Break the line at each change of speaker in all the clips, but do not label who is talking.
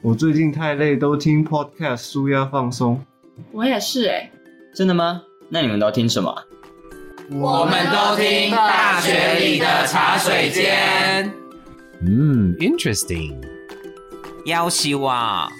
我最近太累，都听 podcast 舒压放松。
我也是哎、
真的吗？那你们都听什么啊？
我们都听大学里的茶水间。
嗯，interesting。
要啊希望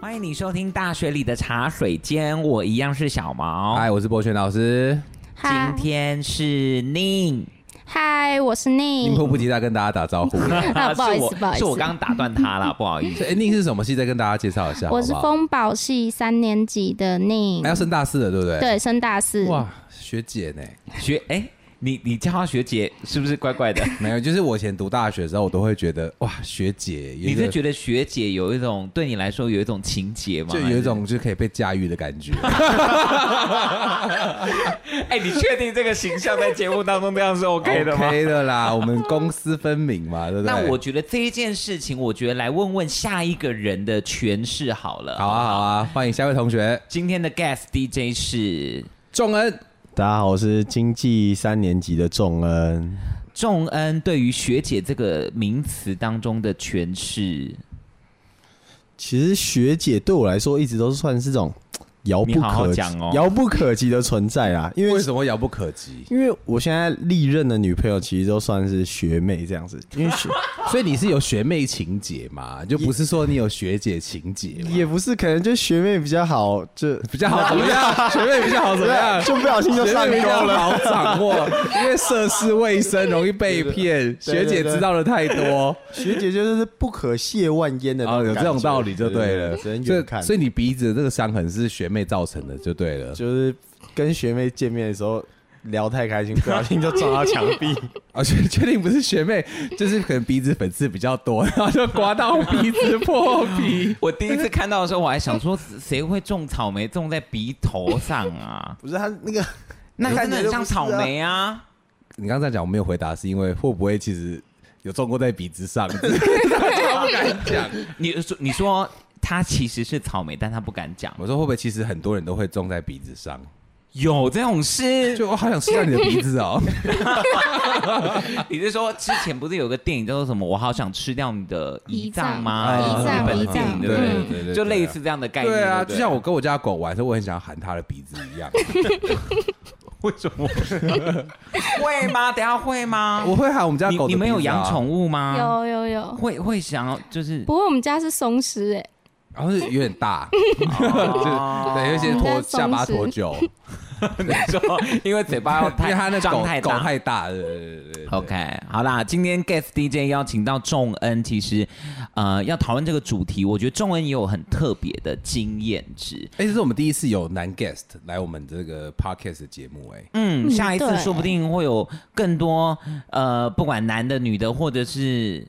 欢迎你收听大学里的茶水间，我一样是小毛。
嗨，我是博轩老师。
今天是宁，
嗨，我是
你
Ning
迫不及待跟大家打招呼。
啊，不好意
是我
思，不好意
是
思，
我刚打断他 啦，不好意思。
所以宁是什么系？再跟大家介绍一下。
我是
好不好哎
风宝系三年级的
还要
Ning，
升大四了，对不对？。
对，升大四。
哇，学姐呢？
学，哎、你你叫她学姐是不是怪 怪的？
没有，就是我以前读大学的时候，我都会觉得哇，学姐有
你
一个，
是觉得学姐有一种对你来说有一种情节吗？
就有一种就是可以被驾驭的感觉。
哎、你确定这个形象在节目当中这 样是 OK 的吗
OK 的啦，我们公私分明嘛，对不对？
那我觉得这一件事情，我觉得来问问下一个人的诠释好了。
好啊好啊，欢迎下一位同学
今天的 guest DJ 是
仲恩。
大家好，我是经济三年级的仲恩。
仲恩，对于学姐这个名词当中的诠释，
其实学姐对我来说一直都算是这种遥不
你好好
可及
讲哦
遥、不可及的存在啊，因为
为。什么遥不可及？
因为我现在历任的女朋友其实都算是学妹这样子，因为 学
所以你是有学妹情节嘛？就不是说你有学姐情节嘛？
也不是，可能就学妹比较好，就
比较好怎么 样？学妹比较好怎么样？
就不小 心就上
学妹比
钩
较
了。
好掌握，因为涉世未深，容易被骗。
对
学
对
姐知道的太 多，
学姐就是不可亵玩焉的
然
那
后哦有这种
感觉
道理就对了。
只能
这
远看。
所以你鼻子的这个伤痕是学妹造成的，就对了。
就是跟学妹见面的时候聊太开心，不小心就撞到墙 壁。
啊，确确定不是学妹， 就是可能鼻子粉刺比较多， 然后就刮到鼻子破皮。
我第一次看到的时候，我还想说， 谁会种草莓种在鼻头上啊？
不是他那个
那真的很像
看起
草
来就不是啊
莓啊！
你刚才讲我没有回答，是因为会不会其实有中过在鼻子上？
你说，你说他其实是草莓，但他不敢讲，
我说会不会其实很多人都会中在鼻子上？
有这种事？
就我好想吃掉你的鼻子哦！
你是说之前不是有个电影叫做什么？我好想吃掉你的胰脏吗？哎
胰
日
脏
本的
胰脏
电影对不
对对对
对？
对
就类似这样的概念。
对啊，
不
就像我跟我家狗玩的时候，我很想喊它的鼻子 一样。
为什么会吗？等一下会吗？
我会喊我们家
你
狗的鼻子啊、
你们有养宠物吗？
有有有，
会会想要就是
不过我们家是松狮哎，
然后是有点 大，
哦
对，有一些
我
拖
们家松
下巴
狮
拖 臼，
你说，因为嘴巴要
因
太
为它那
张
狗
太
狗
大。
太大，对对对对对。
OK，好啦，今天 Guest DJ 邀请到仲恩，其实呃要讨论这个主题，我觉得仲恩也有很特别的经验值。
哎、这是我们第一次有男 guest 来我们这个 podcast 的节目、哎，
嗯，
嗯
下一次
对
说不定会有更多呃，不管男的、女的，或者是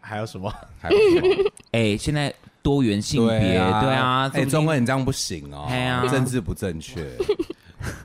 还有什么？
还不错
哎，现在多元性别，对啊，
哎、
说不定
中文你这样不行哦、
哎呀
政治不正确。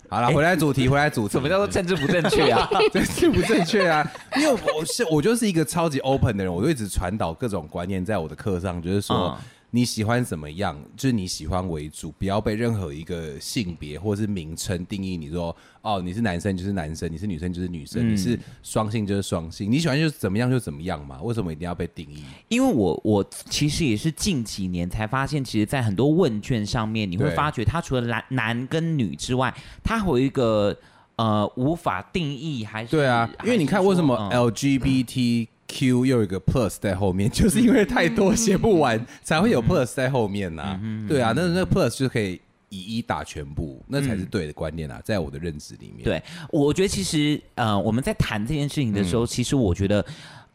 好了，回来主题，回来主题，
什么叫做政治不正确 啊？
政治不正确啊？ 因为我是我就是一个超级 open 的人，我就一直传导各种观念在我的课上，就是说。
嗯
你喜欢怎么样，就是你喜欢为主，不要被任何一个性别或是名称定义。你说哦，你是男生就是男生，你是女生就是女生，你是双性就是双性，你喜欢就是怎么样就怎么样嘛，为什么一定要被定义？
因为我我其实也是近几年才发现，其实，在很多问卷上面，你会
对
发觉，它除了男男跟女之外，它还有一个呃无法定义，还是
对啊，因为你看为什么
还是说嗯
LGBTQ 又有一个 plus 在后面，就是因为太多写不
嗯
完，才会有 plus 在后面呐、对啊，那那 plus 就可以以一打全部，那才是对的观念啊，在我的认知里面。
嗯对，我觉得其实呃，我们在谈这件事情的
嗯
时候，其实我觉得。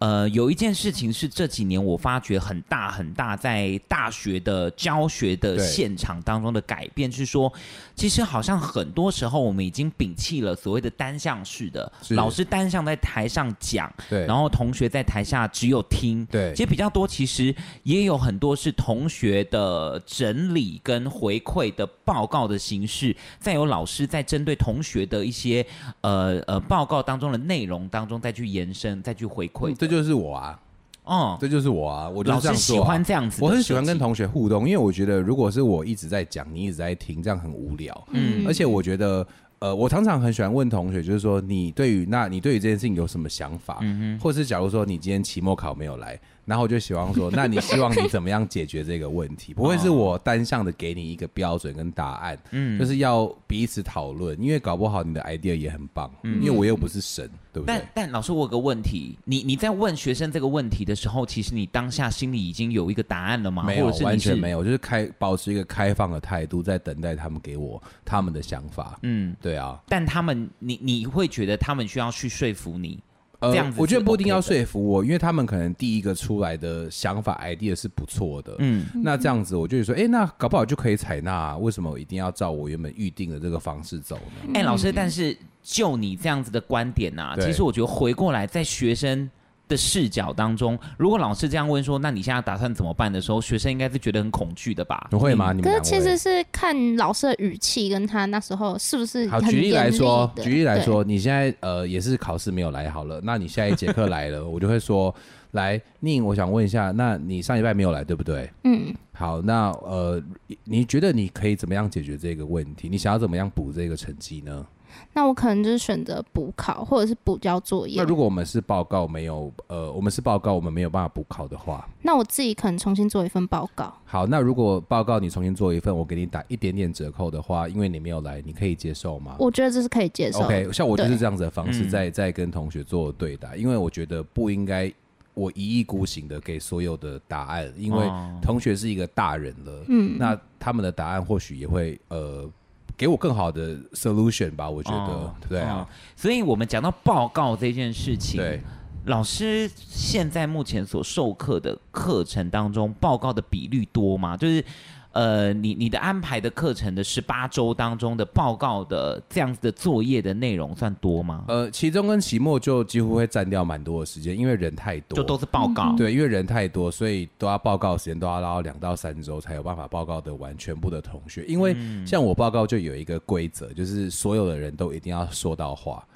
呃，有一件事情是这几年我发觉很大很大，在大学的教学的
对
现场当中的改变是说，其实好像很多时候我们已经摒弃了所谓的单向式的，
是
老师单向在台上讲，
对，
然后同学在台下只有听，
对
其实比较多，其实也有很多是同学的整理跟回馈的报告的形式，再有老师在针对同学的一些呃呃报告当中的内容当中再去延伸，再去回馈
嗯，这就是我啊，
哦，
这就是我啊，我就是
老师
这样
喜
做啊、
欢这样子的设计，
我很喜欢跟同学互动，因为我觉得如果是我一直在讲，你一直在听，这样很无聊。
嗯
而且我觉得。呃，我常常很喜欢问同学，就是说你对于那你对于这件事情有什么想法，
嗯
或是假如说你今天期末考没有来，然后我就希 望说，那你希望你怎么样解决这个问题？不会是我单向的给你一个标准跟答案，
哦
嗯，就是要彼此讨论，因为搞不好你的 idea 也很棒，因为我又不是神，对不对
嗯但？但老师，我有个问题，你你在问学生这个问题的时候，其实你当下心里已经有一个答案了吗？
没有
或者，是
完
你是
全没有，就是开保持一个开放的态度，在等待他们给我他们的想法。
嗯，
对啊，
但他们，你你会觉得他们需要去说服你，
呃
这样子
我觉得
是
不一定
OK
要
的
说服我，因为他们可能第一个出来的想法 idea 是不错的。
嗯，
那这样子，我就说，哎、那搞不好就可以采纳、啊，为什么我一定要照我原本预定的这个方式走呢？
哎、老师，但是就你这样子的观点呐、
嗯对
其实我觉得回过来，在学生的视角当中，如果老师这样问说，那你现在打算怎么办的时候，学生应该是觉得很恐惧的吧？嗯
你会吗？你们
嗯可
两
是
位
其实是看老师的语气跟他那时候是不是
好，
很
举例
严
来
厉
说，
的
举例来
对
说，你现在呃也是考试没有来好了，那你下一节课来了，我就会说，来宁，我想问一下，那你上礼拜没有来，对不对？
嗯，
好，那呃，你觉得你可以怎么样解决这个问题？你想要怎么样补这个成绩呢？
那我可能就是选择补考或者是补交作业
那。如果我们是报告没有，呃，我们是报告，我们没有办法补考的话，
那我自己可能重新做一份报告。
好，那如果报告你重新做一份，我给你打一点点折扣的话，因为你没有来，你可以接受吗？
我觉得这是可以接受的。
OK，像我就是
对
这样子的方
嗯
式在在跟同学做对答，因为我觉得不应该我一意孤行的给所有的答案，因为
哦
同学是一个大人了，
嗯
那他们的答案或许也会呃给我更好的 solution 吧，我觉得，
哦
对啊
哦，所以我们讲到报告这件事情，
对，啊
老师现在目前所授课的课程当中，报告的比率多吗？就是，呃，你你的安排的课程的十八周当中的报告的这样子的作业的内容算多吗？
呃，期中跟期末就几乎会占掉蛮多的时间，因为人太多，
就都是报告。
对，因为人太多，所以都要报告时间都要拉到两到三周才有办法报告的完全部的同学。因为
嗯
像我报告就有一个规则，就是所有的人都一定要说到话。
哦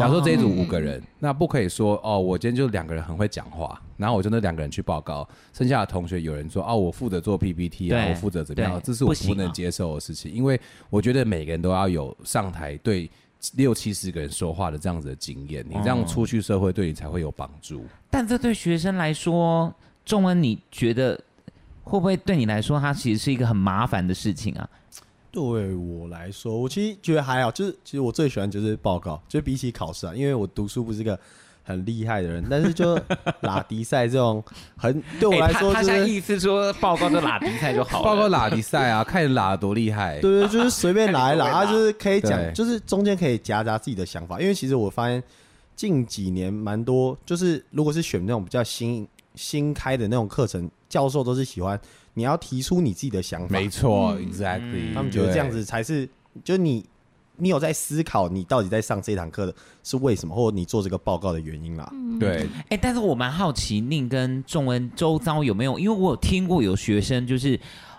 假如说这一组五个人，那不可以说哦，我今天就两个人很会讲话，然后我就那两个人去报告，剩下的同学有人说哦，我负责做 PPT 啊，
对
我负责怎么
对
样，这是我
不行
不能
啊
接受的事情，因为我觉得每个人都要有上台对六七十个人说话的这样子的经验，你这
哦
样出去社会对你才会有帮助。
但这对学生来说，仲恩，你觉得会不会对你来说，它其实是一个很麻烦的事情啊？
对我来说，我其实觉得还好，就是其实我最喜欢就是报告，就比起考试啊，因为我读书不是个很厉害的人，但是 就拉迪赛这种很对我
哎
来
他
说
他
就是、
现在意思说报告就拉比赛就好了。
报告拉比赛啊， 看你拉得多厉害。
对对，就是随便拿一拿，他就是可以
对
讲，就是中间可以夹杂自己的想法。因为其实我发现近几年蛮多，就是如果是选那种比较新新开的那种课程，教授都是喜欢你要提出你自己的想法
没，错，exactly，
嗯他们觉得
对
这样子才是，就你你有在思考你到底在上这堂课的是为什么，或者你做这个报告的原因啦。
对，
哎、但是我蛮好奇宁跟仲恩周遭有没有，因为我有听过有学生就是。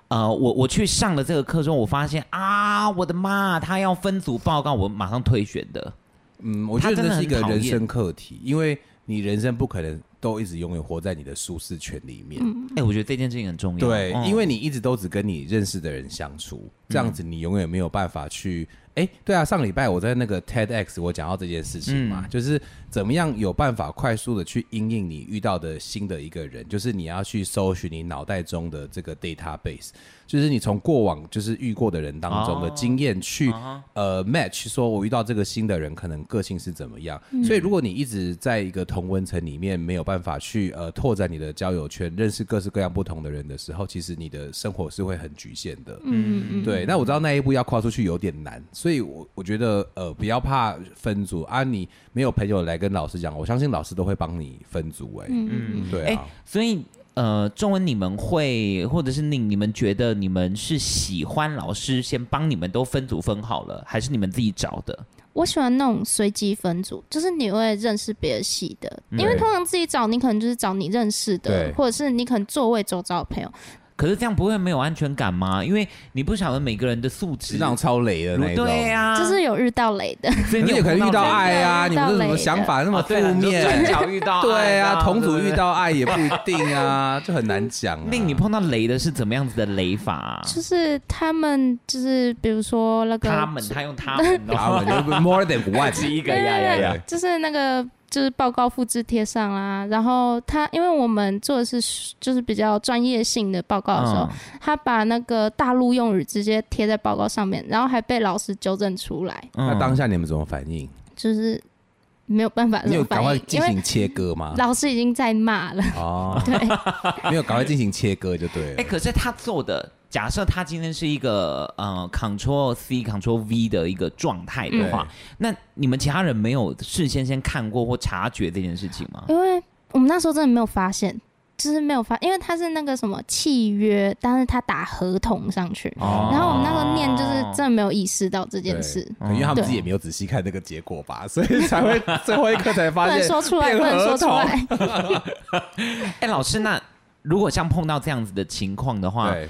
呃，我我去上了这个课之后，我发现啊，我的妈，他要分组报告，我马上退选的。
嗯，我觉
他
得
真
这
的
是一个
很讨
人
厌
生课题，因为你人生不可能都一直永远活在你的舒适圈里面。
嗯
哎、我觉得这件事情很重要。
对，
嗯
因为你一直都只跟你认识的人相处，这样子你永远没有办法去。
嗯
哎、对啊，上礼拜我在那个 TEDx 我讲到这件事情
嗯
嘛，就是怎么样有办法快速的去因应你遇到的新的一个人，就是你要去搜寻你脑袋中的这个 database，就是你从过往就是遇过的人当中的
哦
经验去、呃 match，说我遇到这个新的人可能个性是怎么样。所以如果你一直在一个同温层里面没有办法去呃拓展你的交友圈，认识各式各样不同的人的时候，其实你的生活是会很局限的。
嗯，
对，那我知道那一步要跨出去有点难，所以我我觉得呃不要怕分组啊，你没有朋友来跟老师讲，我相信老师都会帮你分组、哎，嗯，对
哎、
啊。
所以呃，仲恩你们会，或者是宁，你们觉得你们是喜欢老师先帮你们都分组分好了，还是你们自己找的？
我喜欢那种随机分组，就是你会认识别的系的，因为
嗯对
通常自己找你可能就是找你认识的
对，
或者是你可能座位周遭的朋友。
可是这样不会没有安全感吗？因为你不晓得每个人的素质
是。那种超雷的那一种。
对呀、啊，
就是有遇到雷的，
所以
你
你
也可能遇到
人
爱啊，
遇
你们
到
是什
雷
么
的
想法那么
啊
负
对啦你说转
面？
角遇 到爱
对啊，
啊，
同组
对不
遇
对
到爱也不 一定啊，就很难讲、啊。
令你碰到雷的是怎么样子的雷法啊、
就是他们就是比如说那个
他们，他用他们 哦，
他们就是 more than one，
是一个
对
呀呀
对
呀，
对，就是那个就是报告复制贴上啦、然后他因为我们做的是就是比较专业性的报告的时
嗯
嗯
候，他把那个大陆用语直接贴在报告上面，然后还被老师纠正出来，
嗯
那当下你们怎么反应？
就是没有办法
你
这
有
么
赶
反
快
应，
进
因为
行切割吗？
老师已经在骂了。
哦，
对，
没有赶快进行切割就对
哎、
了。
可是他做的，假设他今天是一个呃 Control C Control V 的一个状态
嗯
的话，那你们其他人没有事先先看过或察觉这件事情
嗯
吗？
因为我们那时候真的没有发现，就是没有发，因为他是那个什么契约，但是他打合同上去，
哦
然后我们那个念就是真的没有意识到这件事，
对因为他们自己也没有仔细看那个结果吧，所以才会最后一刻才
不
发
能
现
说出来，
变
不能
合
说出
同
来。
哎、老师，那如果像碰到这样子的情况的话，
对，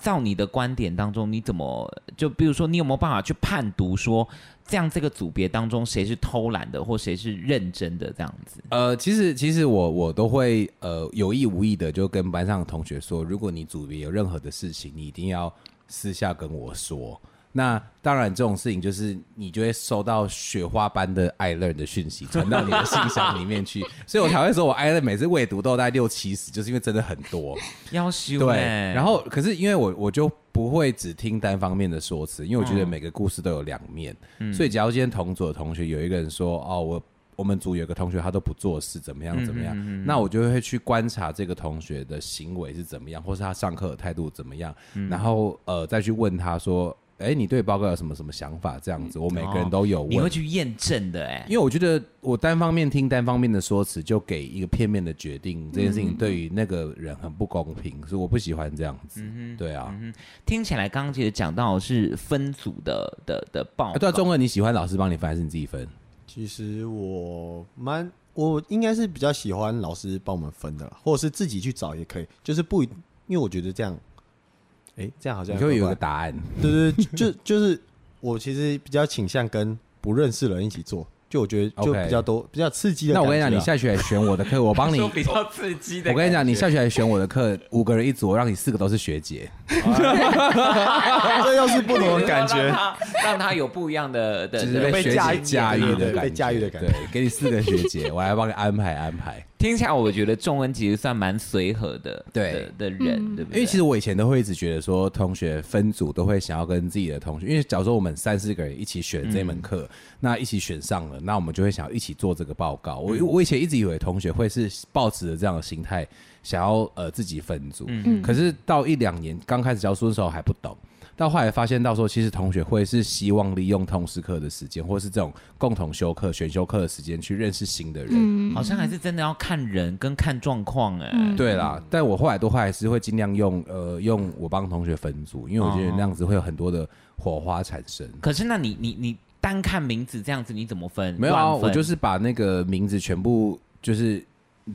照你的观点当中，你怎么就比如说，你有没有办法去判读说，这样这个组别当中谁是偷懒的，或谁是认真的这样子？
呃，其实其实我我都会呃有意无意的就跟班上的同学说，如果你组别有任何的事情，你一定要私下跟我说。那当然，这种事情就是你就会收到雪花般的 i learn 的讯息传到你的信箱里面去，所以我才会说我 i learn 每次未读都大概六七十，就是因为真的很多。
要修
对，
欸
然后可是因为我我就不会只听单方面的说辞，因为我
嗯
觉得每个故事都有两面，所以假如今天同组的同学有一个人说哦我。我们组有个同学，他都不做事，怎
嗯
么样怎么样？那我就会去观察这个同学的行为是怎么样，或是他上课的态度怎么样，
嗯
然后呃再去问他说：“哎，你对报告有什么什么想法？”这样子，我每个人都有问。
嗯哦你会去验证的哎、
因为我觉得我单方面听单方面的说辞，就给一个片面的决定，这件事情嗯对于那个人很不公平，所以我不喜欢这样子。对啊，
听起来刚刚其实讲到的是分组的的的报
啊
告，
对啊，中文你喜欢老师帮你分还是你自己分？
其实我蛮我应该是比较喜欢老师帮我们分的啦，或者是自己去找也可以，就是不一，因为我觉得这样，哎、这样好
你
像
会有一
怪怪
个答案。
对对，就就是我其实比较倾向跟不认识的人一起做，就我觉得就
OK
比较多比较刺激的
那
感
我
觉啊。
跟你讲，你下学期选我的课，我 帮你。我
较刺激
跟你讲，你下学期选我的课，五个人一组，我让你四个都是学姐。
啊 这又是不同的 感觉，
让他让他有不一样 的的
就是
的
被学
驾驭
姐驾驭
对
的
对
感觉，
被驾驭的感觉
对，给你四个学姐，我还帮你安排安排。
听起来，我觉得仲恩其实算蛮随和的，
对
的的人，对不
因
对？
为其实我以前都会一直觉得说，同学分组都会想要跟自己的同学，因为假如说我们三四个人一起选这门课，那一起选上了，那我们就会想要一起做这个报告。我、我以前一直以为同学会是抱持着这样的心态，想要呃自己分组，
嗯
可是到一两年刚开始教书的时候还不懂。到后来发现，到时候其实同学会是希望利用通识课的时间，或是这种共同修课、选修课的时间，去认识新的人。
嗯
好像还是真的要看人跟看状况哎、
嗯
对啦，但我后来都还是会尽量用呃用我帮同学分组，因为我觉得那样子会有很多的火花产生。
可是那你你你单看名字这样子，你怎么分？
没有啊，
乱分
我就是把那个名字全部就是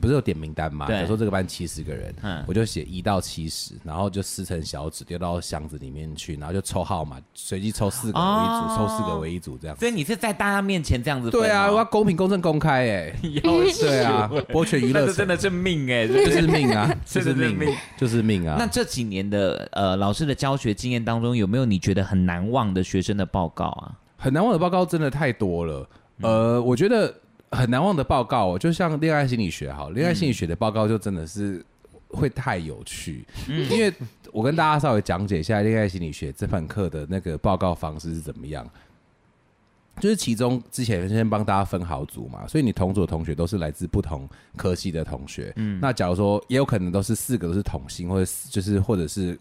不是有点名单嘛？
对
假如说这个班七十个人，
嗯
我就写一到七十，然后就撕成小纸丢到箱子里面去，然后就抽号码，随机抽四个为一
哦
组，抽四个为一组这样。
所以你是在大家面前这样子分吗
对啊，我要公平公正公开哎、 对啊，博全娱
那
乐
这真
城
的是命哎、
这就是命啊， 这
真
是
的是
命
命，
就是命啊。
那这几年的呃老师的教学经验当中，有没有你觉得很难忘的学生的报告啊？
很难忘的报告真的太多了。呃，我觉得很难忘的报告、哦，就像恋爱心理学好，恋爱
嗯
心理学的报告就真的是会太有趣，
嗯
因为我跟大家稍微讲解一下恋爱心理学这门课的那个报告方式是怎么样。就是其中之前先帮大家分好组嘛，所以你同组的同学都是来自不同科系的同学。嗯，那假如说也有可能都是四个都是同性，或者是就是或者是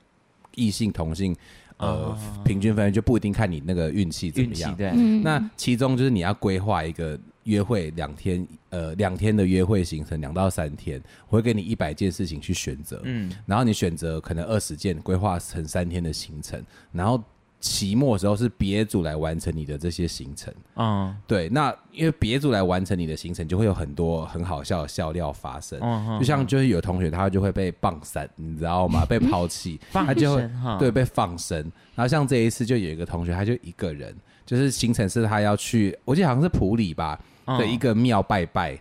异性同性，呃，平均分就不一定看你那个运气怎
哦运
么
气
样。
对，
嗯，
那其中就是你要规划一个约会两天，呃，两天的约会行程，两到三天，我会给你一百件事情去选择，
嗯
然后你选择可能二十件，规划成三天的行程，然后。期末的时候是别组来完成你的这些行程。
嗯
对，那因为别组来完成你的行程，就会有很多很好笑的笑料发生。
嗯，
就像就是有同学他就会被棒散，你知道吗？被 抛弃，
放
他就会
生哈
对，被放生。然后像这一次就有一个同学，他就一个人，就是行程是他要去，我记得好像是普里吧的一，
嗯
个庙拜拜。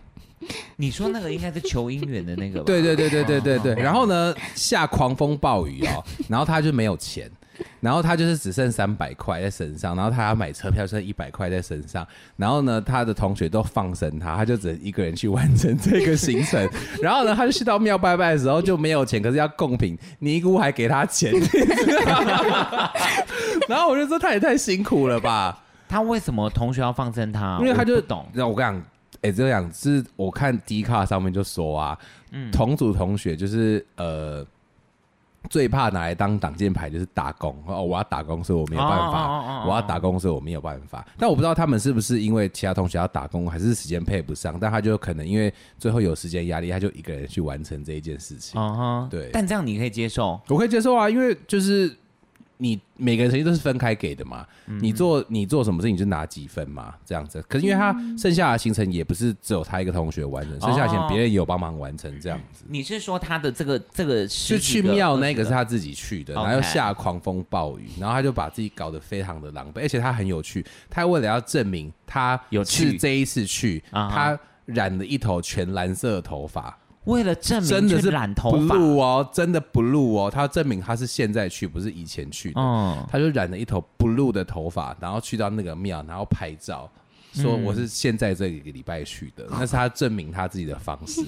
你说那个应该是求姻缘的那个吧？
对对对对对对 对。
嗯
然后呢，下狂风暴雨哦， 然后他就没有钱。然后他就是只剩三百块在身上，然后他还要买车票，剩一百块在身上。然后呢，他的同学都放生他，他就只能一个人去完成这个 行程。然后呢，他就去到庙拜拜的时候就没有钱，可是要贡品，尼姑还给他 钱。 然后我就说他也太辛苦了吧。
他为什么同学要放生他？
因为他
啊我
就
不懂，
那我跟你讲，哎、这样是我看 D 卡上面就说啊，
嗯
同组同学就是呃，最怕拿来当挡箭牌就是打工哦，我要打工，所以我没有办法，
哦哦哦哦哦
我要打工，所以我没有办法。但我不知道他们是不是因为其他同学要打工，还是时间配不上，但他就可能因为最后有时间压力，他就一个人去完成这一件事情。
嗯哼，
对
但这样你可以接受，
我可以接受啊，因为就是你每个人成绩都是分开给的嘛，
嗯
你做你做什么事情就拿几分嘛，这样子。可是因为他剩下的行程也不是只有他一个同学完
哦
成，剩下的行程别人也有帮忙完成，这样子。
你是说他的这个这个
就
十
去
几个
庙那个是他自己去的，
OK
然后又下狂风暴雨，然后他就把自己搞得非常的狼狈，而且他很有趣，他为了要证明他
有
是
趣
这一次去，
啊哈
他染了一头全蓝色的头发，
为了证明
真的
去
是
染头发，
blue 哦，真的 blue 哦，他要证明他是现在去，不是以前去的。
嗯，
他就染了一头 blue 的头发，然后去到那个庙，然后拍照，说我是现在这一个礼拜去的，
嗯
那是他证明他自己的方 式。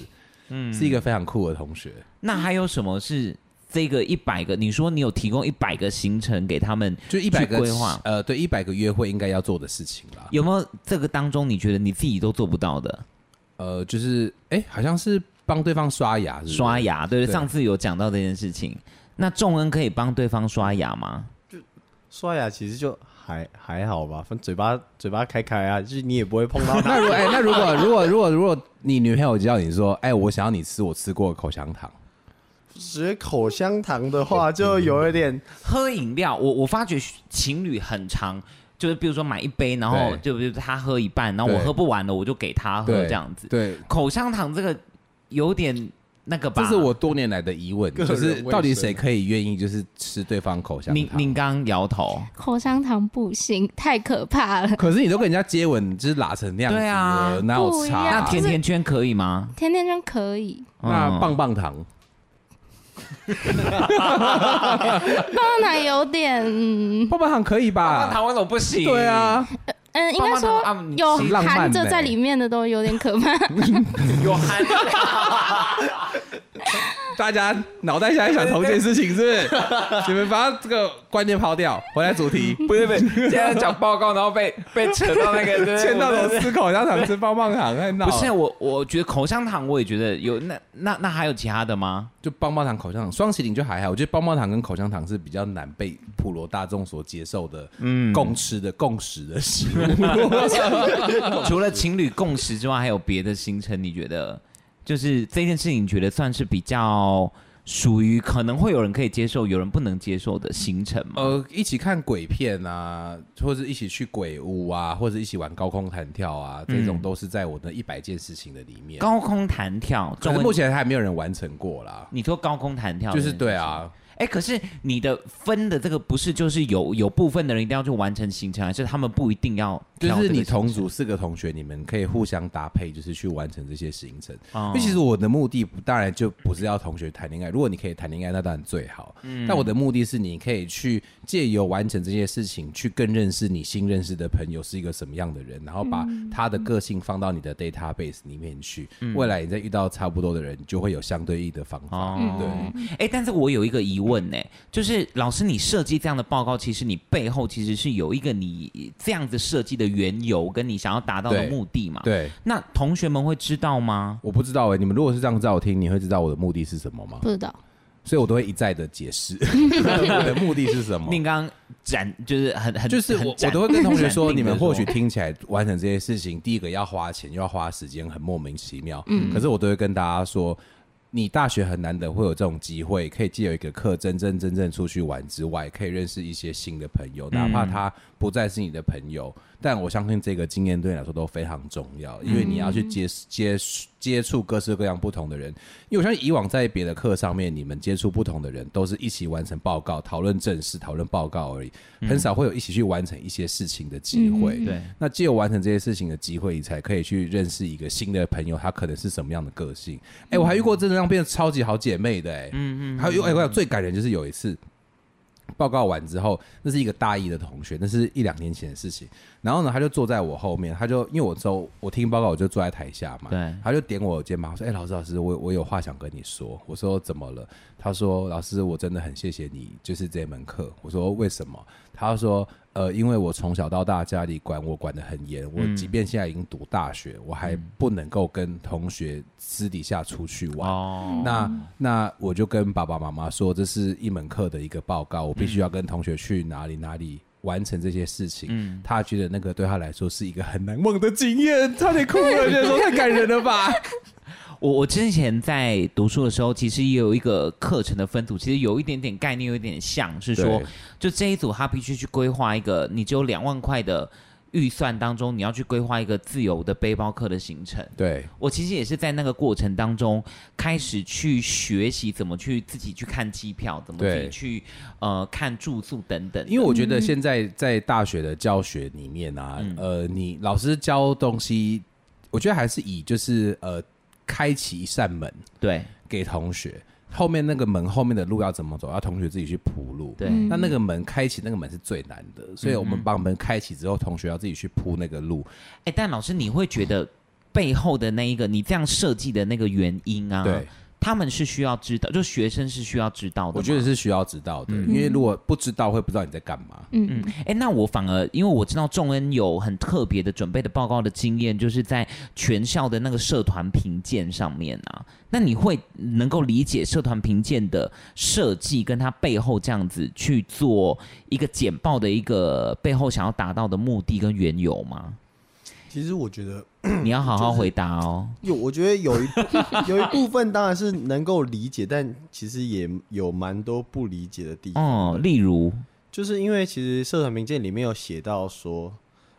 嗯，是一个非常酷的同学。
那还有什么是这个一百个？你说你有提供一百个行程给他们，
就一百个
规划嗯
呃，对，一百个约会应该要做的事情啦。
有没有这个当中你觉得你自己都做不到的？
呃，就是哎，好像是帮对方刷牙，是不是
刷。牙，对不
对
对？上次有讲到这件事情。那仲恩可以帮对方刷牙吗？
刷牙其实就还还好吧，反正嘴巴嘴巴开开啊，就是你也不会碰到它。
那如果哎，那如果如果如果如果你女朋友叫你说，哎，我想要你吃我吃过的口香糖，
吃口香糖的话，就有一点
喝饮料，我我发觉情侣很长，就是比如说买一杯，然后
对
就比如他喝一半，然后我
对
喝不完了，我就给他喝
对
哦这样子。
对，
口香糖这个有点那个吧？
这是我多年来的疑 问，
个
就
人
是到底谁可以愿意就是吃对方口香
宁宁
糖？
刚摇头。
口香糖不行，太可怕了。
可是你都跟人家接吻，就是拉成那样子
对
了，
啊
哪有
不一
差
样
啊？
那
就是
甜甜圈可以吗？
甜甜圈可以，
那
嗯
棒棒糖，
棒奶有点，嗯，
棒棒糖可以
棒棒
吧？
糖为什么不行？
啊对，啊，
嗯应该说
啊，
有
其实浪漫欸
含着
呢
在里面的都有点可怕。
有含。
大家脑袋现在想同一件事情是不是？ 你们把这个观念抛掉，回来主 题。
不是不是，现在讲报告，然后被被扯到那个， 对
见到
我
我
真的是
吃口香糖，吃棒棒糖，太闹
不
了。
是我，我觉得口香糖我也觉得有。那那那还有其他的吗？
就棒棒糖、口香糖、双麒麟就还好，我觉得棒棒糖跟口香糖是比较难被普罗大众所接受的、共吃的、共识的食物。
除了情侣共识之外，还有别的行程？你觉得就是这件事情，你觉得算是比较属于可能会有人可以接受，有人不能接受的行程吗？
呃，一起看鬼片啊，或者一起去鬼屋啊，或者一起玩高空弹跳啊，这种都是在我的一百件事情的里面。
嗯高空弹跳，
可
中
是
文
目前还没有人完成过啦。
你说高空弹跳
就是
这件事
对啊，
哎，可是你的分的这个不是就是有有部分的人一定要去完成行程，还是他们不一定要
就
挑这个
是
行程？
你同组四个同学，你们可以互相搭配，就是去完成这些行程。
哦
因为其实我的目的不当然就不是要同学谈恋爱，如果你可以谈恋爱，那当然最好。但我的目的是，你可以去借由完成这些事情，去更认识你新认识的朋友是一个什么样的人，然后把他的个性放到你的 database 里面去。未来你再遇到差不多的人，你就会有相对应的方法。
哦，对，哎，但是我有一个疑问呢，就是老师，你设计这样的报告，其实你背后其实是有一个你这样子设计的缘由，跟你想要达到的
对
目的嘛？。
对，
那同学们会知道吗？
我不知道哎、你们如果是这样照听，你会知道我的目的是什么吗
不？知道，
所以我都会一再的解释我的目的是什么。
宁刚展就是很很
哦就是我我都会跟同学说，你们或许听起来完成这些事情，第一个要花钱，又要花时间，很莫名其妙。嗯，可是我都会跟大家说，你大学很难得会有这种机会，可以借由一个课真真正正出去玩之外，可以认识一些新的朋友，哪怕
嗯
他不再是你的朋友，但我相信这个经验对你来说都非常重要，因为你要去接接接触各式各样不同的人。因为我相信以往在别的课上面，你们接触不同的人，都是一起完成报告、讨论正事、讨论报告而已，很少会有一起去完成一些事情的机会。
嗯嗯嗯
对，
那借由完成这些事情的机会，你才可以去认识一个新的朋友，他可能是什么样的个性。哎、我还遇过真的让变成超级好姐妹的、哎，嗯嗯，还有遇哎，我有最感人就是有一次。报告完之后，那是一个大一的同学，那是一两年前的事情。然后呢，他就坐在我后面，他就因为我周我听报告，我就坐在台下嘛。
对
他就点我肩膀说：“哎、老师，老师，我我有话想跟你说。”我说：“怎么了？”他说：“老师，我真的很谢谢你，就是这门课。”我说：“为什么？”他说：“呃，因为我从小到大家里管我管得很严，我即便现在已经读大学，我还不能够跟同学私底下出去玩。
哦，
那那我就跟爸爸妈妈说，这是一门课的一个报告，我必须要跟同学去哪里哪里完成这些事情。
嗯
他觉得那个对他来说是一个很难忘的经验，差点哭了，觉得说太感人了吧？
我我之前在读书的时候，其实也有一个课程的分组，其实有一点点概念，有一点像是说
对，
就这一组他必须去规划一个，你只有两万块的预算当中，你要去规划一个自由的背包客的行程。
对，
我其实也是在那个过程当中开始去学习怎么去自己去看机票，怎么自己
对
去呃看住宿等等的。
因为我觉得现在在大学的教学里面啊，呃，你老师教东西，我觉得还是以就是呃，开启一扇门
对
给同学，后面那个门后面的路要怎么走，要同学自己去铺路。
对，
嗯
那那个门开启，那个门是最难的，所以我们把门开启之后，同学要自己去铺那个路。
哎，但老师你会觉得背后的那一个你这样设计的那个原因啊，
对，
他们是需要知道，就学生是需要知道的吗。
我觉嗯得是需要知道的，因为如果不知道，会不知道你在干嘛。
嗯，
哎，那我反而因为我知道仲恩有很特别的准备的报告的经验，就是在全校的那个社团评鉴上面啊。那你会能够理解社团评鉴的设计，跟它背后这样子去做一个简报的一个背后想要达到的目的跟缘由 吗？
其实我觉得
你要好好
就是
回答哦。
有，我觉得有一有一部 分当然是能够理解，但其实也有蛮多不理解的地方。
哦、例如，
就是因为其实社团评鉴里面有写到说，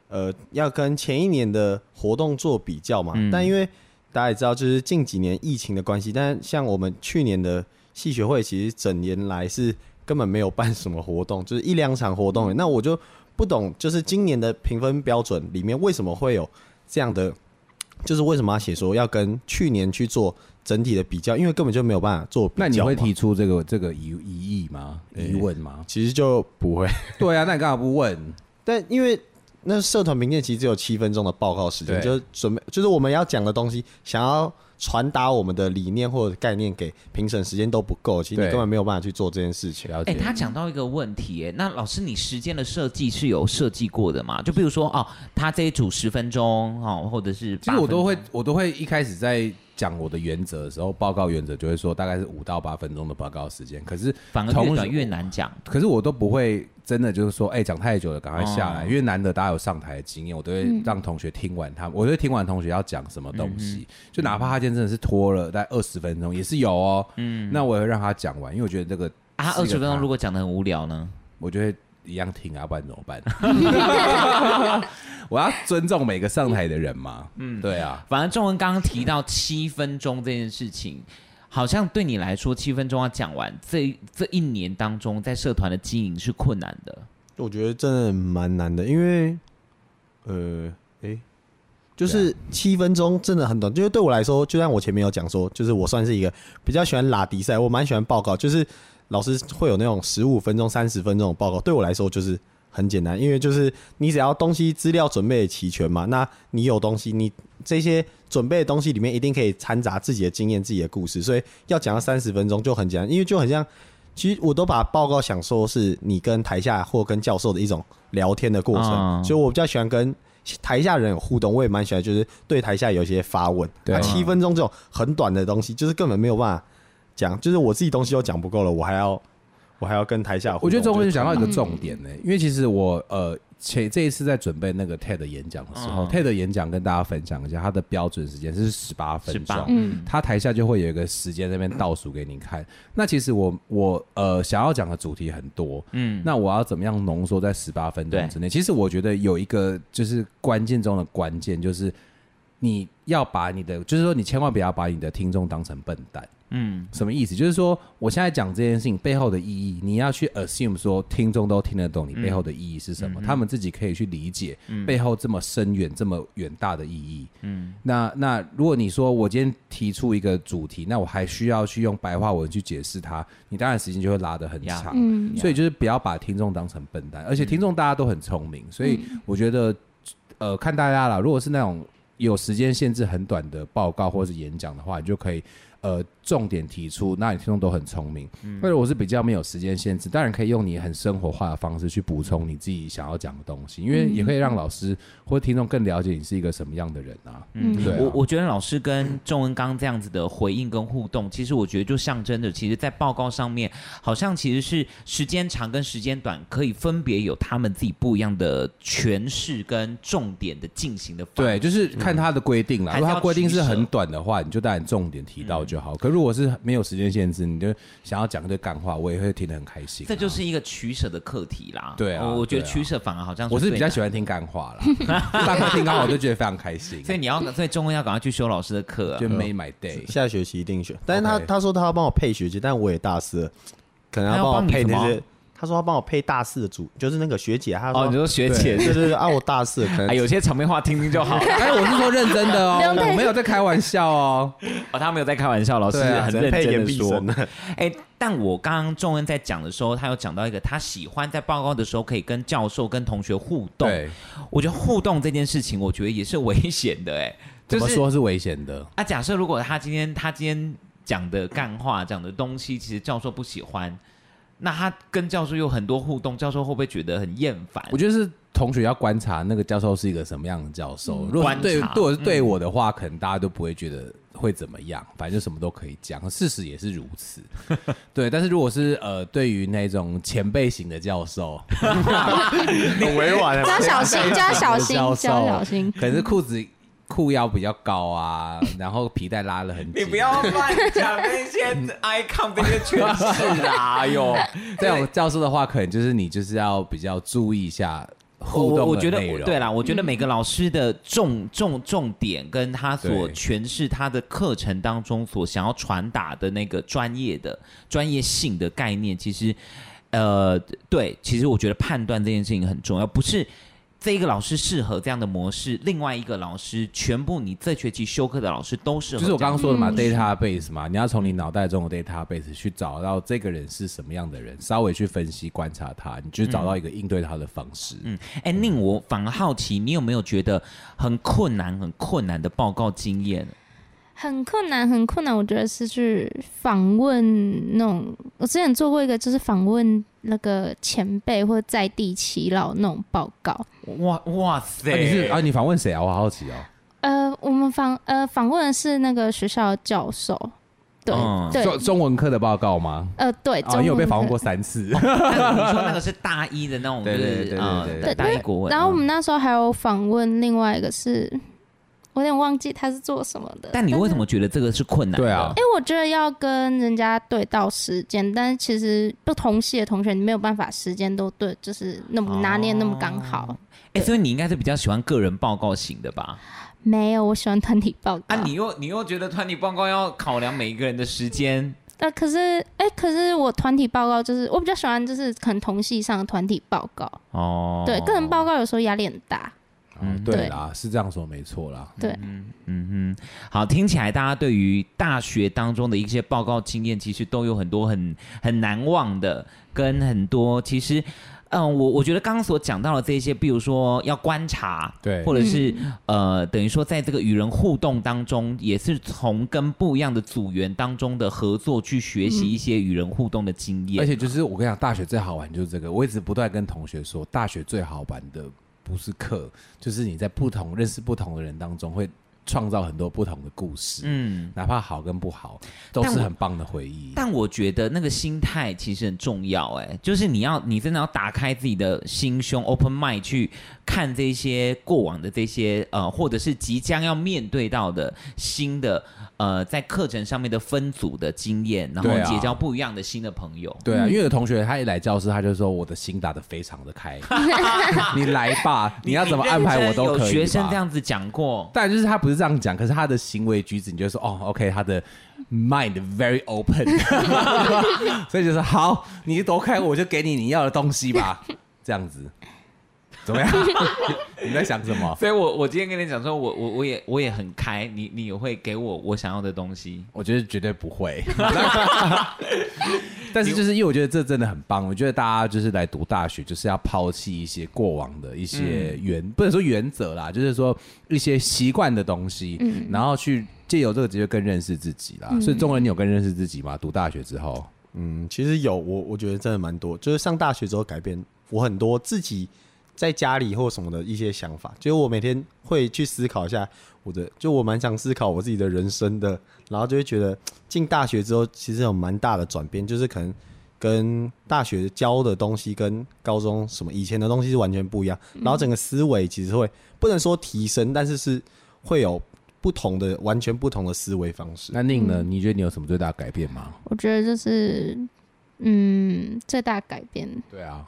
呃，要跟前一年的活动做比较嘛。
嗯
但因为大家也知道，就是近几年疫情的关系，但像我们去年的系学会，其实整年来是根本没有办什么活动，就是一两场活动而已。那我就不懂，就是今年的评分标准里面为什么会有这样的？就是为什么要写说要跟去年去做整体的比较，因为根本就没有办法做比较嘛。
那你会提出这个这个疑疑义吗？疑问吗？
其实就不会，
对啊，那你干嘛不问？
但因为那社团评鉴其实只有七分钟的报告时间，
对
就是准备，就是我们要讲的东西，想要传达我们的理念或者概念给评审，时间都不够，其实你
对啊
根本没有办法去做这件事情。
了
哎、
解。
他讲到一个问题、哎，那老师，你时间的设计是有设计过的吗？就比如说，哦，他这一组十分钟，哦，或者是
其
八
实
分
我都会
钟，
我都会一开始在讲我的原则的时候，报告原则就会说大概是五到八分钟的报告时间。可是
反而越
同
短
时
越难讲。
可是我都不会真的就是说，哎、讲太久了，赶快下来，
哦
因为难得大家有上台的经验，我都会让同学听完他们，我会听完同学要讲什么东
嗯
西，就哪怕他今天真的是拖了大概二十分钟，也是有哦，嗯，那我也会让他讲完，因为我觉得这个
啊，
是
二
一个
十分钟
他
如果讲的很无聊呢？
我就会一样听啊，不然怎么办？ 我要尊重每个上台的人嘛，嗯，对啊，
反正仲文刚刚提到七分钟这件事情，好像对你来说七分钟要讲完，这这一年当中在社团的经营是困难的。
我觉得真的蛮难的，因为呃，诶、啊就是七分钟真的很短，就是对我来说，就像我前面有讲说，就是我算是一个比较喜欢拉迪赛，我蛮喜欢报告，就是老师会有那种十五分钟、三十分钟的报告，对我来说就是很简单，因为就是你只要东西资料准备齐全嘛，那你有东西，你这些准备的东西里面一定可以掺杂自己的经验、自己的故事，所以要讲到三十分钟就很简单，因为就很像。其实我都把报告想说是你跟台下或跟教授的一种聊天的过程，
嗯
所以我比较喜欢跟台下人有互动，我也蛮喜欢，就是对台下有一些发问。
对
那七分钟这种很短的东西，就是根本没有办法讲，就是我自己东西都讲啊不够了，我还要我还要跟台下互动。
我觉得这会
就
讲到一个重点呢、因为其实我呃前这一次在准备那个 TED 演讲的时候、t e d 演讲跟大家分享一下，它的标准时间是十八分钟
18，
嗯
它台下就会有一个时间在那边倒数给你看。那其实我我呃想要讲的主题很多，
嗯，
那我要怎么样浓缩在十八分
对
钟之内？其实我觉得有一个就是关键中的关键，就是你要把你的，就是说你千万不要把你的听众当成笨蛋。
嗯
什么意思？就是说我现在讲这件事情背后的意义，你要去 assume 说听众都听得懂你背后的意义是什么，他们自己可以去理解背后这么深远、这么远大的意义。嗯，那那如果你说我今天提出一个主题，那我还需要去用白话文去解释它，你当然时间就会拉得很
呀
长。
嗯
所以就是不要把听众当成笨蛋，而且听众大家都很聪明，所以我觉得，呃，看大家啦，如果是那种有时间限制很短的报告或是演讲的话，你就可以呃重点提出，那你听众都很聪明。或者我是比较没有时间限制，当然可以用你很生活化的方式去补充你自己想要讲的东西，因为也可以让老师或听众更了解你是一个什么样的人啊。
嗯
对啊
我我觉得老师跟仲恩刚这样子的回应跟互动，其实我觉得就象征着，其实，在报告上面，好像其实是时间长跟时间短可以分别有他们自己不一样的诠释跟重点的进行的方
对，就是看他的规定啦。
嗯还是
如果
要
他规定是
取舍嗯
很短的话，你就当然重点提到就好。可如果是没有时间限制，你就想要讲一堆干话，我也会听得很开心啊、
这就是一个取舍的课题啦。
对啊
我我觉得
对啊
取舍反而好像
我是比较喜
欢。
欢听干话啦， 大家听干话我就觉得非常开心。啊
所以你要，所以中文要赶快去修老师的课、啊
就。made my day。
下学期一定选。但是他
OK
他说他要帮我配学姐，但我也大四了，可能
他要
帮我
帮你
配
什
那
么
些。他说他帮我配大四的组，就是那个学姐，他说
哦，你说学姐
对对对啊，我大四了可
啊，
哎
能
有些场面话听听就好。
哎，我是说认真的哦
不用，太
我没有在开玩笑哦。
哦，他没有在开玩笑，老师
对啊
很
只能
认
配
真
言
的
必
说
胜。了。
哎，但我刚刚仲恩在讲的时候，他有讲到一个他喜欢在报告的时候可以跟教授、跟同学互动。
对，
我觉得互动这件事情，我觉得也是危险的。哎，
怎
就
么
是
说是危险的？
啊？假设如果他今天他今天讲的干话、讲的东西，其实教授不喜欢，那他跟教授有很多互动，教授会不会觉得很厌烦？
我觉得是同学要观察那个教授是一个什么样的教授。如果是对
嗯观察嗯
对我是对我的话，可能大家都不会觉得会怎么样，反正就什么都可以讲。事实也是如此， 对。但是如果是呃，对于那种前辈型的教授，
很委婉的，
加 小心，加小心，
教
加
授
小心。
可能是裤子裤腰比较高啊，然后皮带拉了很紧，
你不 要乱讲那些 icon 这些圈子啊！哎呦，
这种教授的话，可能就是你就是要比较注意一下互
我
动
我
的
觉得
内容。
对啦，我觉得每个老师的重重重点跟他所
对
诠释他的课程当中所想要传达的那个专业的专业性的概念，其实呃，对，其实我觉得判断这件事情很重要，不是。这一个老师适合这样的模式，另外一个老师，全部你这学期修课的老师都适合
就
这
是
样的模
我
式。
刚刚说的嘛、
嗯
d a t a b a s e 嘛，你要从你脑袋中的 database 去找到这个人是什么样的人，稍微去分析观察他，你就找到一个应对他的方式。嗯，
哎，宁，我反而好奇，你有没有觉得很困难、很困难的报告经验？
很困难，很困难。我觉得是去访问那种，我之前做过一个，就是访问那个前辈或在地耆老那种报告。
哇哇塞！
啊、你是啊，你访问谁啊？我好好奇哦。
呃，我们访呃访问的是那个学校的教授，对、
嗯
对，
中中文科的报告吗？
呃对，
啊，因为我被访问
过。
过三次。
那你说那个是大一的那种，就
对对
是
对
啊
对对，
呃
对
大一国文。
然后我
嗯
们那时候还有访问另外一个是，我有点忘记他是做什么的。
但你为什
是？
么觉得这个是困难的？
对啊
因为我觉得要跟人家对到时间，但是其实不同系的同学，你没有办法时间都对，就是那
哦
么拿捏那么刚好。
哎，所以你应该是比较喜欢个人报告型的吧？
没有，我喜欢团体报告。
啊，你又你又觉得团体报告要考量每一个人的时间，
呃，可是哎、可是我团体报告就是我比较喜欢，就是可能同系上的团体报告。
哦，
对，个人报告有时候压力很大。
嗯，
嗯
对啦，是这样说没错啦。
对，
嗯哼，好，听起来大家对于大学当中的一些报告经验，其实都有很多很很难忘的，跟很多其实，嗯，我我觉得刚刚所讲到的这些，比如说要观察，
对
或者是、呃，等于说在这个与人互动当中，也是从跟不一样的组员当中的合作去学习一些与人互动的经验，
而且就是我跟你讲，大学最好玩就是这个。我一直不断跟同学说，大学最好玩的不是课，就是你在不同认识不同的人当中会创造很多不同的故事，
嗯，
哪怕好跟不好，都
但
是
我
很棒的回忆。
但我觉得那个心态其实很重要，哎，就是你要你真的要打开自己的心胸，open mind 去看这些过往的这些呃，或者是即将要面对到的新的呃，在课程上面的分组的经验，然后
对啊
结交不一样的新的朋友。
对啊，因为有同学他一来教室，他就说我的心打得非常 的开，你来吧，你要怎么安排我都
有
可以。
学生这，样子讲过，
但就是他不是这样讲，可是他的行为举止，你就会说哦，OK，他的 mind very open，所以就是好，你躲开我就给你你要的东西吧，这样子怎么样？ 你在想什么？
所以我我今天跟你讲说，我我我也我也很开，你你也会给我我想要的东西。
我觉得绝对不会。 但是就是因为我觉得这真的很棒，我觉得大家就是来读大学，就是要抛弃一些过往的一些原，不能说原则啦，就是说一些习惯的东西，然后去借由这个机会更认识自己啦。所以中人，你有更认识自己吗？读大学之后，
嗯，其实有我，我觉得真的蛮多。就是上大学之后改变我很多自己在家里或什么的一些想法，就是我每天会去思考一下我的，就我蛮想思考我自己的人生的，然后就会觉得进大学之后其实有蛮大的转变，就是可能跟大学教的东西跟高中什么以前的东西是完全不一样，然后整个思维其实会不能说提升，但是是会有不同的完全不同的思维方式。
那宁呢？你觉得你有什么最大的改变吗？
我觉得这是嗯最大改变，
对啊，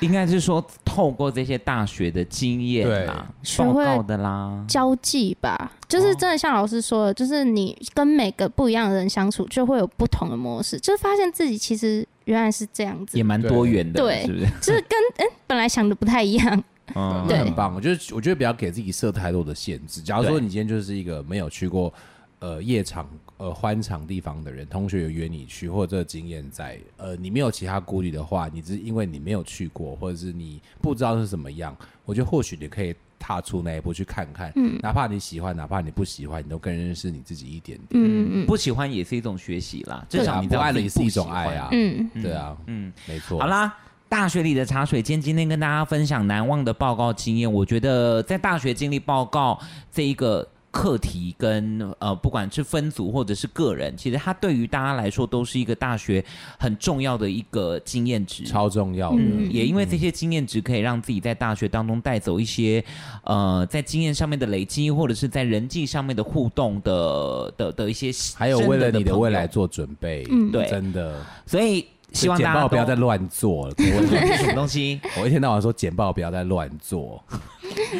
应该是说透过这些大学的经验啦，
对
报告的啦，
交际吧，就是
哦
真的像老师说的，就是你跟每个不一样的人相处，就会有不同的模式，就是发现自己其实原来是这样子
也，蛮多元的，
对
是不是？
就是跟嗯本来想的不太一样。
嗯，
那
对
很棒。我觉得，我觉得不要给自己设太多的限制。假如说你今天就是一个没有去过呃夜场、呃欢场地方的人，同学有约你去，或者这个经验在，呃，你没有其他顾虑的话，你只是因为你没有去过，或者是你不知道是什么样，我觉得或许你可以踏出那一步去看看，
嗯
哪怕你喜欢，哪怕你不喜欢，你都更认识你自己一点点。
嗯嗯
不喜欢也是一种学习啦，至
对啊
少你知
不
道
爱
自
了
己
也是一种
不喜欢
爱啊，
嗯，
对啊，
嗯，
没错。
好，啦。大学里的茶水间，今天跟大家分享难忘的报告经验。我觉得在大学经历报告这一个课题跟，呃，不管是分组或者是个人，其实它对于大家来说都是一个大学很重要的一个经验值。
超重要的。
嗯
也因为这些经验值可以让自己在大学当中带走一些，呃，在经验上面的累积，或者是在人际上面的互动的的的一些，
还有为了
真
你的
朋友
未来，做准备，
嗯
对
真的。
所以希望
简
大家都
报不要再乱做了， 各位
什么东西。
我一天到晚说简报不要再乱 做，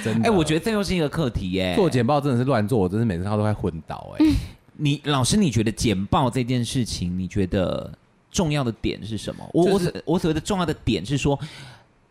真
哎、
的。
我觉得这又是一个课题耶、
做简报真的是乱做，我真是每次看到都快昏倒哎、
嗯你老师，你觉得简报这件事情，你觉得重要的点是什么？我、
就是
我所我所谓的重要的点是说，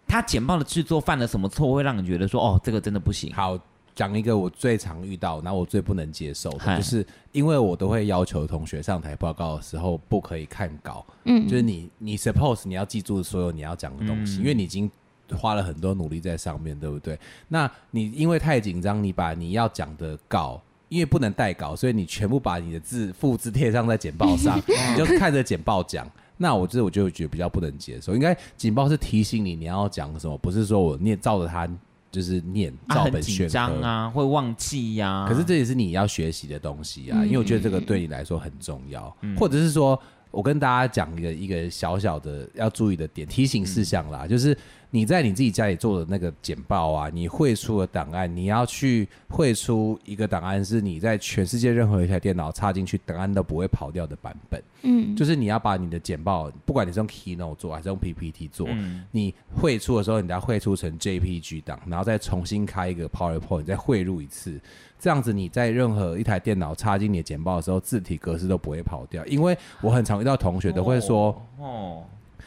他简报的制作犯了什么错，会让你觉得说，哦，这个真的不行。
好，讲一个我最常遇到，然后我最不能接受的，
嗨
就是因为我都会要求同学上台报告的时候不可以看稿，
嗯
就是你你 suppose 你要记住所有你要讲的
嗯
东西，因为你已经。花了很多努力在上面，对不对？那你因为太紧张，你把你要讲的稿，因为不能带稿，所以你全部把你的字复制贴上在简 报上，你就看着简报讲。那我这我就觉得比较不能接受，应该简报是提醒你你要讲什么，不是说我念照着它就是念
啊，
照本
很
宣
紧
科。
张啊，会忘记呀、
可是这也是你要学习的东西啊，因为我觉得这个对你来说很重要，或者是说。我跟大家讲一个一个小小的要注意的点提醒事项啦，就是你在你自己家里做的那个简报啊，你汇出的档案，你要去汇出一个档案，是你在全世界任何一台电脑插进去，档案都不会跑掉的版本。
嗯
就是你要把你的简报，不管你是用 Keynote 做还是用 PPT 做，
嗯
你汇出的时候，你要汇出成 JPG 档，然后再重新开一个 PowerPoint，再汇入一次。这样子你在任何一台电脑插进你的简报的时候，字体格式都不会跑掉。因为我很常遇到同学都会说，
哦，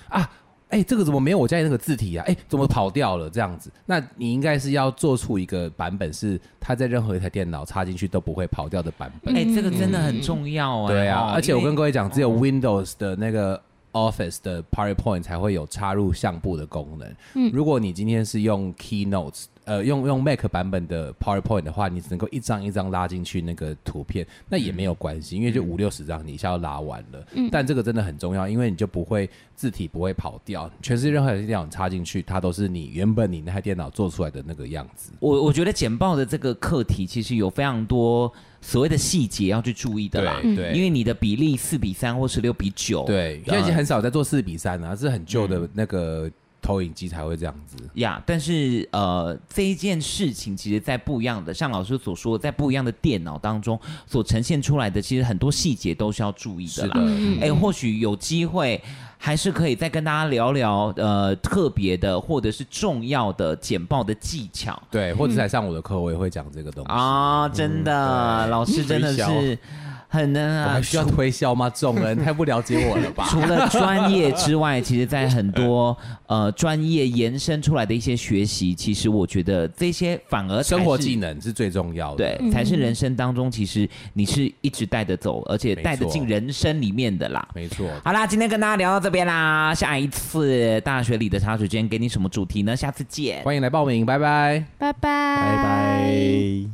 啊，哎、这个怎么没有我家里那个字体啊？哎、怎么跑掉了？这样子，那你应该是要做出一个版本，是它在任何一台电脑插进去都不会跑掉的版本。
哎、这个真的很重要哎、
对啊，
哦
而且我
因为哦
跟各位讲，只有 Windows 的那个 Office 的 PowerPoint 才会有插入相簿的功能。如果你今天是用 Keynotes，呃，用用 Mac 版本的 PowerPoint 的话，你只能够一张一张拉进去那个图片，那
嗯
也没有关系，因为就五六十张你一下就拉完了。但这个真的很重要，因为你就不会字体不会跑掉，全世界任何一台电脑插进去，它都是你原本你那台电脑做出来的那个样子。
我我觉得简报的这个课题其实有非常多所谓的细节要去注意的啦，
对对
因为你的比例四比三或十六比九，
对，现在已经很少在做四比三了、是很旧
嗯
的那个投影机才会这样子。
呀但是呃，这一件事情其实，在不一样的，像老师所说，在不一样的电脑当中所呈现出来的，其实很多细节都是要注意的啦。
嗯
哎、或许有机会还是可以再跟大家聊聊呃特别的或者是重要的简报的技巧。
对，或者是来上我的课，我也会讲这个东西。
嗯啊、真
嗯
的，老师真的是很能
我
啊
还。需要推销吗？众 人太不了解我了吧？
除了专业之外，其实，在很多呃专业延伸出来的一些学习，其实我觉得这些反而才
生活
是
技能是最重要的。
对，才是人生当中，其实你是一直带着走，而且带得进人生里面的啦。
没错。
好啦，今天跟大家聊到这边啦，下一次大学里的茶水间给你什么主题呢？下次见。
欢迎来报名，拜拜。
拜拜，
拜
拜
拜。